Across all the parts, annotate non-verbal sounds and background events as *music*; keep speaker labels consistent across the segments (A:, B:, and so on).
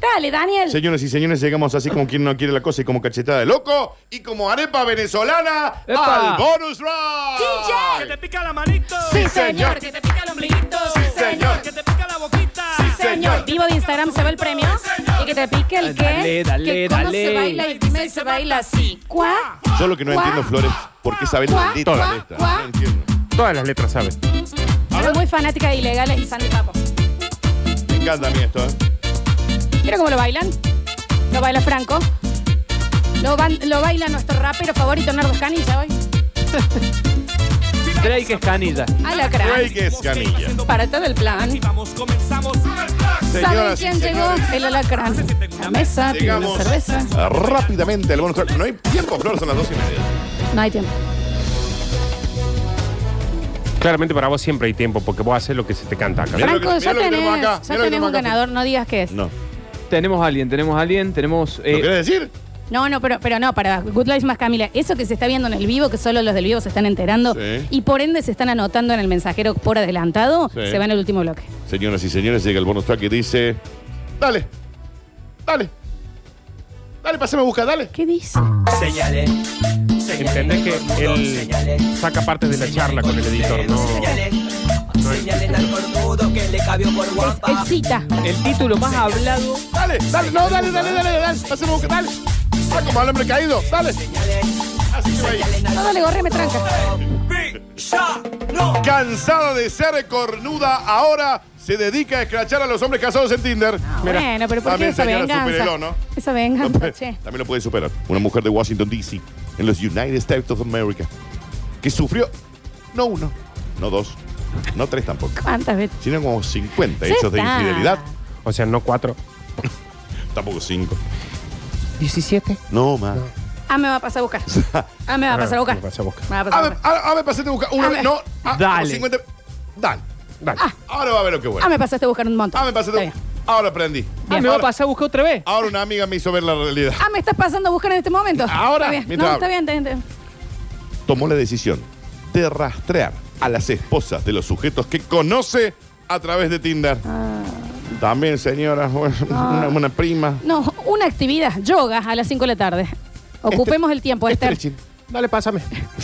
A: Dale, Daniel.
B: Señoras y señores, llegamos así como quien no quiere la cosa y como cachetada de loco y como arepa venezolana
C: ¡Epa!
B: al bonus round.
A: DJ.
D: Que te pica la manito.
A: Sí, señor.
D: Que te pica el ombliguito. Sí,
B: señor.
D: Que te pica la boquita. Sí,
A: Señor, vivo de Instagram se va el premio y que te pique el que,
C: Dale, dale,
A: que cómo
C: dale.
A: se baila el dime y se baila así. ¿Cuá?
B: Yo lo que no
A: Cuá,
B: entiendo, Flores, ¿por qué sabes
A: cuá,
B: la letra
A: cuá,
B: de esta?
A: cuá.
B: No entiendo.
E: Todas las letras saben.
B: Ah.
A: Soy muy fanática de ilegales y Sandy Papo.
B: Me encanta a mí esto, ¿eh?
A: Mira cómo lo bailan. Lo baila Franco. Lo, ban- lo baila nuestro rapero favorito, Nardo Canilla, hoy.
C: Drake es canilla.
A: Alacrán.
B: Drake es canilla.
A: Para todo el plan.
D: Y vamos, comenzamos.
A: ¿Saben
B: Señoras y
A: quién llegó?
B: señores,
A: El alacrán. La mesa, pide una
B: Llegamos
A: cerveza.
B: rápidamente al bonus track. No hay tiempo, Flores, son las dos y media.
A: No hay tiempo.
E: Claramente para vos siempre hay tiempo porque vos haces lo que se te canta acá.
B: Mira lo que-
A: Franco, ya
B: mira lo que tenemos
A: tenés, ya
B: acá, mira lo que
A: tenés un
B: tenemos acá.
A: ganador, no digas qué es.
B: No.
C: Tenemos a alguien, tenemos a alguien, tenemos. eh,
B: ¿Lo querés decir?
A: No, no, pero, pero no, para Good Life más Camila. Eso que se está viendo en el vivo, que solo los del vivo se están enterando
B: Sí.
A: y por ende se están anotando en el mensajero por adelantado,
B: Sí.
A: se va en el último bloque.
B: Señoras y señores, llega el bonus track y dice: Dale, dale, dale, pasame a buscar, dale.
A: ¿Qué dice?
D: Señale.
E: Entendés que él saca partes de la charla con el editor, ¿no?
D: Señale al cornudo que le cabió por
A: Es cita.
C: el título más hablado.
B: Dale, dale, no, dale, dale, dale, dale, pasame a buscar, dale. Ah, como al hombre caído, dale. Así que va ahí.
A: No, dale, gorre, me tranca.
D: no.
B: Cansada de ser cornuda, ahora se dedica a escrachar a los hombres casados en Tinder.
A: bueno, pero ¿por qué
B: también
A: esa
B: señora
A: venganza?
B: superhéroe, ¿no?
A: Esa
B: No pues.
A: venganza,
B: puede-
A: che.
B: También lo puede superar. Una mujer de Washington, D.C., en los United States of America, que sufrió no uno, no dos, no tres tampoco,
A: ¿Cuántas veces?
B: sino como 50
A: Ya
B: hechos de
A: está.
B: infidelidad.
E: O sea, no cuatro.
B: Tampoco cinco.
E: 17.
B: No, más.
A: Ah, me va a pasar a
B: *laughs*
A: buscar. Ah, me va a pasar a buscar.
E: Me vas a buscar.
A: Me va a
B: A
A: pasar a
B: ver,
A: buscar.
B: a, a ver, pasate a buscar. Una
A: A
B: vez,
A: ver.
B: no. ah,
C: Dale.
B: como 50. Dale.
E: Dale.
B: Ahora va a ver lo que bueno.
A: Ah, me pasaste a buscar un montón.
B: Ah, me pasate a
A: Está bien.
B: Ahora aprendí.
C: Ah, me va a
B: Ahora,
C: pasar a buscar otra vez.
B: ahora una amiga me hizo ver la realidad.
A: Ah, me estás pasando a buscar en este momento.
B: Ahora,
A: Está bien.
B: mientras
A: No, está
B: hablo.
A: bien, está bien, está bien.
B: tomó la decisión de rastrear a las esposas de los sujetos que conoce a través de Tinder. También, señora, *laughs* una, una prima.
A: No, una actividad, yoga a las 5 de la tarde.
B: Este-
A: Ocupemos el tiempo, Esther.
B: Stretching.
E: Dale, pásame.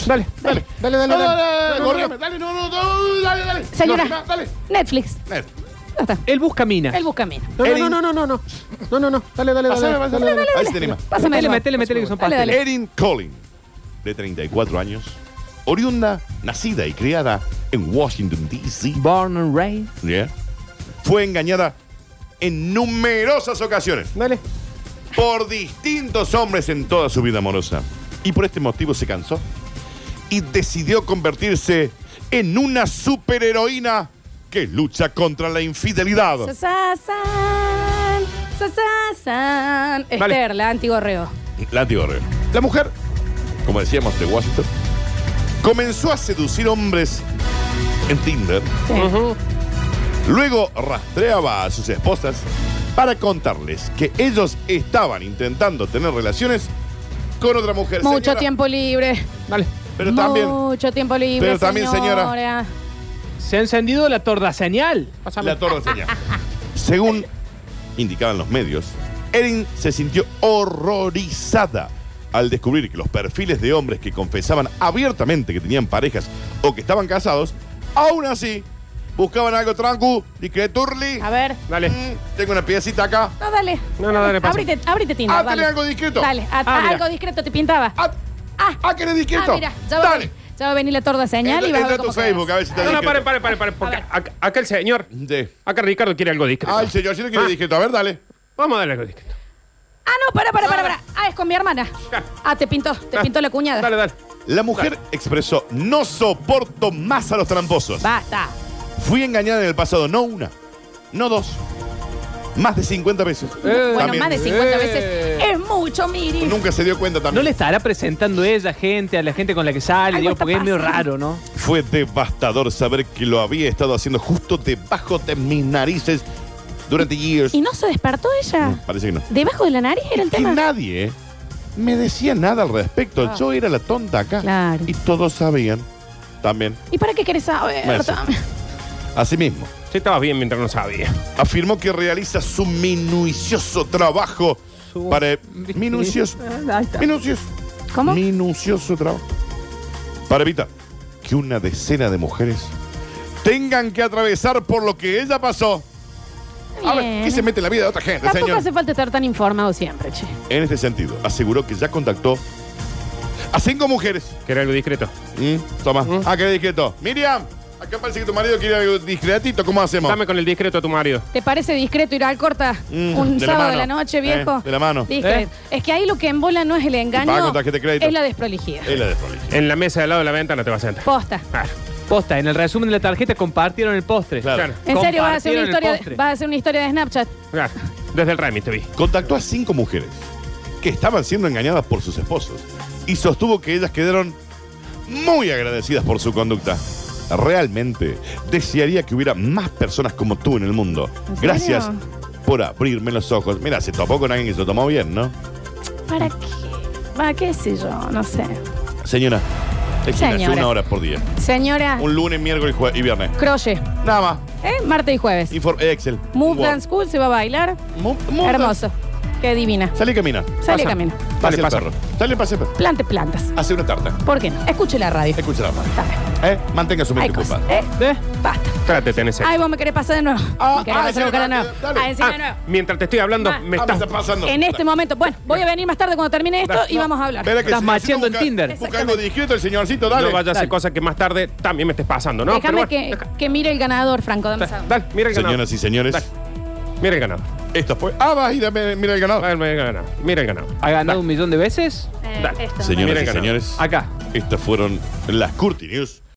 E: Dale, dale,
B: Dale,
E: dale, dale. dale.
B: dale, dale, correme, dale, no, no, no, dale, dale.
A: Señora,
B: No, dale.
A: Netflix.
B: Net.
A: Ya está.
C: Él busca mina.
A: El buscamino.
E: No, no, no, no, no, no. No, no, no. Dale, dale, dale.
B: Pásame,
E: dale,
B: pásame.
E: dale, dale.
B: Ahí se te anima.
A: Pásame
C: Métele,
A: el
C: métele, métele, que son
A: Dale, dale.
C: pasteles.
B: Erin Collin, de 34 años, oriunda, nacida y criada en Washington, D.C.,
C: Born and raised.
B: yeah, fue engañada en numerosas ocasiones.
E: Dale.
B: por distintos hombres en toda su vida amorosa. Y por este motivo se cansó y decidió convertirse en una superheroína que lucha contra la infidelidad.
A: Sasasan, sasasan.
E: Vale.
A: Esther, la antigorreo.
B: La Dior. La mujer, como decíamos de Washington, comenzó a seducir hombres en Tinder.
E: Ujú.
B: Luego rastreaba a sus esposas para contarles que ellos estaban intentando tener relaciones con otra mujer.
A: Mucho
B: Señora,
A: tiempo libre.
E: Dale.
B: Pero también.
A: Mucho tiempo libre.
B: Pero también, señora.
C: Se ha encendido la torda señal.
E: Pásame.
B: La torre *laughs* Según indicaban los medios, Erin se sintió horrorizada al descubrir que los perfiles de hombres que confesaban abiertamente que tenían parejas o que estaban casados, aún así buscaban algo tranqui, discreturli.
A: A ver.
E: Dale.
B: Mm, tengo una piecita acá.
A: No, dale.
E: No, no, dale, pasa.
A: Ábrete, ábrete Tinder.
B: Ah,
A: dale.
B: tenés algo discreto.
A: Dale, a-
E: Ah, mira.
A: algo discreto te pintaba.
B: Ah,
A: Ah,
B: ah, ¿querés discreto?
A: Ah, mira, ya va, a
B: Dale.
A: venir- ya va a venir la torda señal y vas a
B: Entra
A: ver
B: a tu
A: cómo
B: Facebook, a
A: quedas.
B: ver si está
E: No, no, paren,
B: discreto.
E: paren, paren, paren. Porque
A: A ver.
E: acá, acá el señor.
B: Sí.
E: Acá Ricardo quiere algo discreto.
B: Ah, el señor, si no quiere
E: Ah.
B: discreto. A ver, dale.
E: Vamos a darle algo discreto.
A: Ah, no, para, para, para, para. Ah, es con mi hermana.
E: Ya.
A: Ah, te pintó, te pintó la cuñada.
E: Dale, dale.
B: La mujer expresó, no soporto más a los tramposos.
A: Basta.
B: Fui engañada en el pasado, no una, no dos, más de 50 veces.
C: Eh.
A: Bueno,
B: También.
A: más de 50
C: Eh.
A: veces. Es mucho, Miri.
B: Nunca se dio cuenta
C: No
B: también.
C: le estará presentando ella gente a la gente con la que sale,
A: Algo
C: digo,
A: está
C: porque es medio
A: pasando.
C: raro, ¿no?
B: Fue devastador saber que lo había estado haciendo justo debajo de mis narices durante years. Mm,
A: ¿Y no se despertó ella?
B: Parece que no.
A: ¿Debajo de la nariz era el
B: Que
A: tema? Ah.
B: nadie ¿eh? me decía nada al respecto. Yo era la tonta acá.
A: Claro.
B: Y todos sabían también.
A: ¿Y para qué querés saber?
B: Messi. Asimismo,
E: Sí, estabas bien mientras no sabía.
B: afirmó que realiza su minucioso trabajo
C: Su-
B: para... eh, Minucioso.
C: Ahí está.
B: Minucioso.
A: ¿Cómo?
B: Minucioso trabajo. Para evitar que una decena de mujeres tengan que atravesar por lo que ella pasó. A ver,
A: Bien.
B: ¿qué se mete en la vida de otra gente,
A: Tampoco
B: señor?
A: hace falta estar tan informado siempre, che.
B: En este sentido, aseguró que ya contactó a cinco mujeres.
E: Que era algo discreto.
B: Mm, Toma, acá discreto. Miriam, acá parece que tu marido quiere algo discretito. ¿Cómo hacemos?
E: Dame con el discreto a tu marido.
A: ¿Te parece discreto ir al corta
B: Mm,
A: un
B: de la
A: sábado
B: mano.
A: de la noche, viejo?
B: Eh, de la mano. Eh.
A: Discreto. Es que ahí lo que embola no es el
B: paga
A: engaño,
B: con tarjeta de crédito. Eh.
A: es la desprolijidad.
B: Es la desprolijidad.
E: En la mesa de al lado de la ventana te vas a sentar.
A: Posta.
E: Ah,
C: Posta, en el resumen de la tarjeta compartieron el postre.
B: Claro.
E: Claro.
A: En serio, vas a hacer una
C: Compartieron
A: historia,
C: el
A: de,
C: postre.
A: vas a hacer una historia de Snapchat.
E: ah, Desde el Remy te vi.
B: Contactó a cinco mujeres que estaban siendo engañadas por sus esposos y sostuvo que ellas quedaron muy agradecidas por su conducta. Realmente desearía que hubiera más personas como tú en el mundo.
A: ¿En serio?
B: Gracias por abrirme los ojos. Mira, se topó con alguien que se lo tomó bien, ¿no?
A: ¿Para qué? ¿Para qué sé yo? No sé.
B: Señora, es
A: Señora. Ah.
B: una hora por día.
A: Señora,
B: Un lunes, miércoles jue- y viernes.
A: crochet,
B: Nada más.
A: ¿eh? Martes y jueves.
B: Infor- Excel.
A: Move
B: Word.
A: Dance School se va a bailar.
B: Mu- mu-
A: Hermoso. Qué divina.
B: Salí y camina.
A: Sale
E: Pasa.
A: camino.
B: Pase
E: Dale,
B: el
E: pasa.
B: perro. Sale, pase el perro.
A: Plante plantas.
B: Hace una tarta.
A: ¿Por qué no? Escuche la radio.
B: Escucha la mano.
A: Está bien.
B: ¿Eh? Mantenga su
A: Hay
B: mente
A: cosas.
B: ocupada.
A: ¿eh?
C: ¿Eh?
A: Basta.
E: Trate, tenés sed.
A: Ay, vos me querés pasar de nuevo.
B: Ah,
A: me querés
B: ah,
A: pasar a
B: sí,
A: buscar de
B: dale,
A: nuevo.
B: dale.
A: Ah, encima
E: Ah,
A: de nuevo.
E: mientras te estoy hablando,
A: Ah.
E: me
B: Ah, me
E: estás.
B: está pasando.
A: En este momento, bueno, voy a venir más tarde cuando termine esto y vamos a hablar.
B: Verá que
C: Estás
B: si-
C: macheando
B: si busca-
C: en Tinder.
B: Busca algo discreto el señorcito, dale.
E: no vayas a hacer
C: Dale.
E: cosas que más tarde también me estés pasando, ¿no?
A: Déjame
E: Pero bueno,
A: que,
E: deja-
A: que mire el ganador, Franco. Dame un
E: da-
A: segundo.
E: Dale, mira el ganado.
B: Señoras y señores,
E: Dale. Mira el ganado.
B: esta fue. Ah, vas a ir a ver- mira el ganador.
E: Dale, Mira el ganado. Mira el ganado.
C: ¿Ha ganado un millón de veces?
A: Eh,
E: Dale.
A: esto,
B: Señoras
E: Mira
B: y
E: el ganador.
B: señores,
C: Acá.
B: estas fueron las Curti News.